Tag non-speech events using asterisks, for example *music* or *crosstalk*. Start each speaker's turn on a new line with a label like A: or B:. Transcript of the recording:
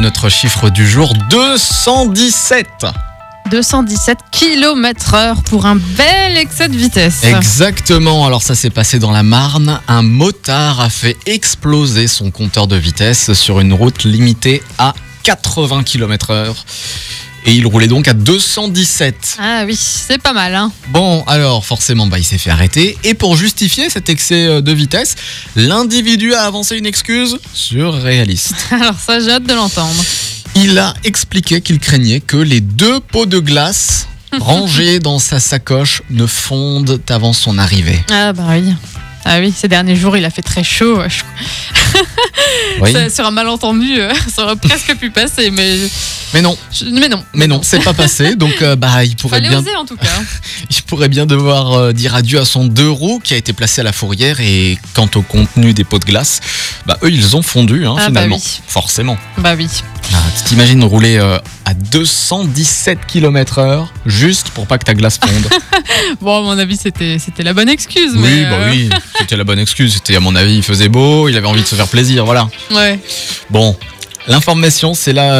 A: notre chiffre du jour 217.
B: 217 km heure pour un bel excès de vitesse.
A: Exactement. Alors ça s'est passé dans la Marne. Un motard a fait exploser son compteur de vitesse sur une route limitée à 80 km heure. Et il roulait donc à 217.
B: Ah oui, c'est pas mal. Hein. *laughs*
A: Bon, alors forcément, bah, il s'est fait arrêter. Et pour justifier cet excès euh, de vitesse, l'individu a avancé une excuse surréaliste.
B: Alors ça, j'ai hâte de l'entendre.
A: Il a expliqué qu'il craignait que les deux pots de
B: *laughs*
A: glace rangés dans sa sacoche ne fondent avant son arrivée.
B: Ah bah oui. Ah oui, ces derniers jours, il a fait très chaud. Je-
A: Oui.
B: Ça, sur un malentendu, euh, *laughs* ça aurait presque pu passer, mais,
A: Mais non,
B: je- mais non.
A: mais non, c'est pas
B: *laughs*
A: passé. Donc euh, bah il pourrait
B: Fallait
A: bien,
B: oser en tout cas.
A: il pourrait bien devoir euh, dire adieu à son deux roues qui a été placé à la fourrière. Et quant au contenu des pots de glace, bah eux ils ont fondu hein,
B: Ah, bah
A: finalement.
B: oui.
A: Forcément.
B: Bah oui.
A: Ah, tu t'imagines rouler euh, à 217 km/h juste pour pas que ta
B: *laughs*
A: glace fonde.
B: Bon, à mon avis, c'était c'était la bonne excuse.
A: oui,
B: mais,
A: bah
B: euh, *laughs*
A: oui, c'était la bonne excuse. C'était à mon avis, il faisait beau, il avait envie de se faire plaisir, voilà.
B: Ouais.
A: Bon, l'information, c'est là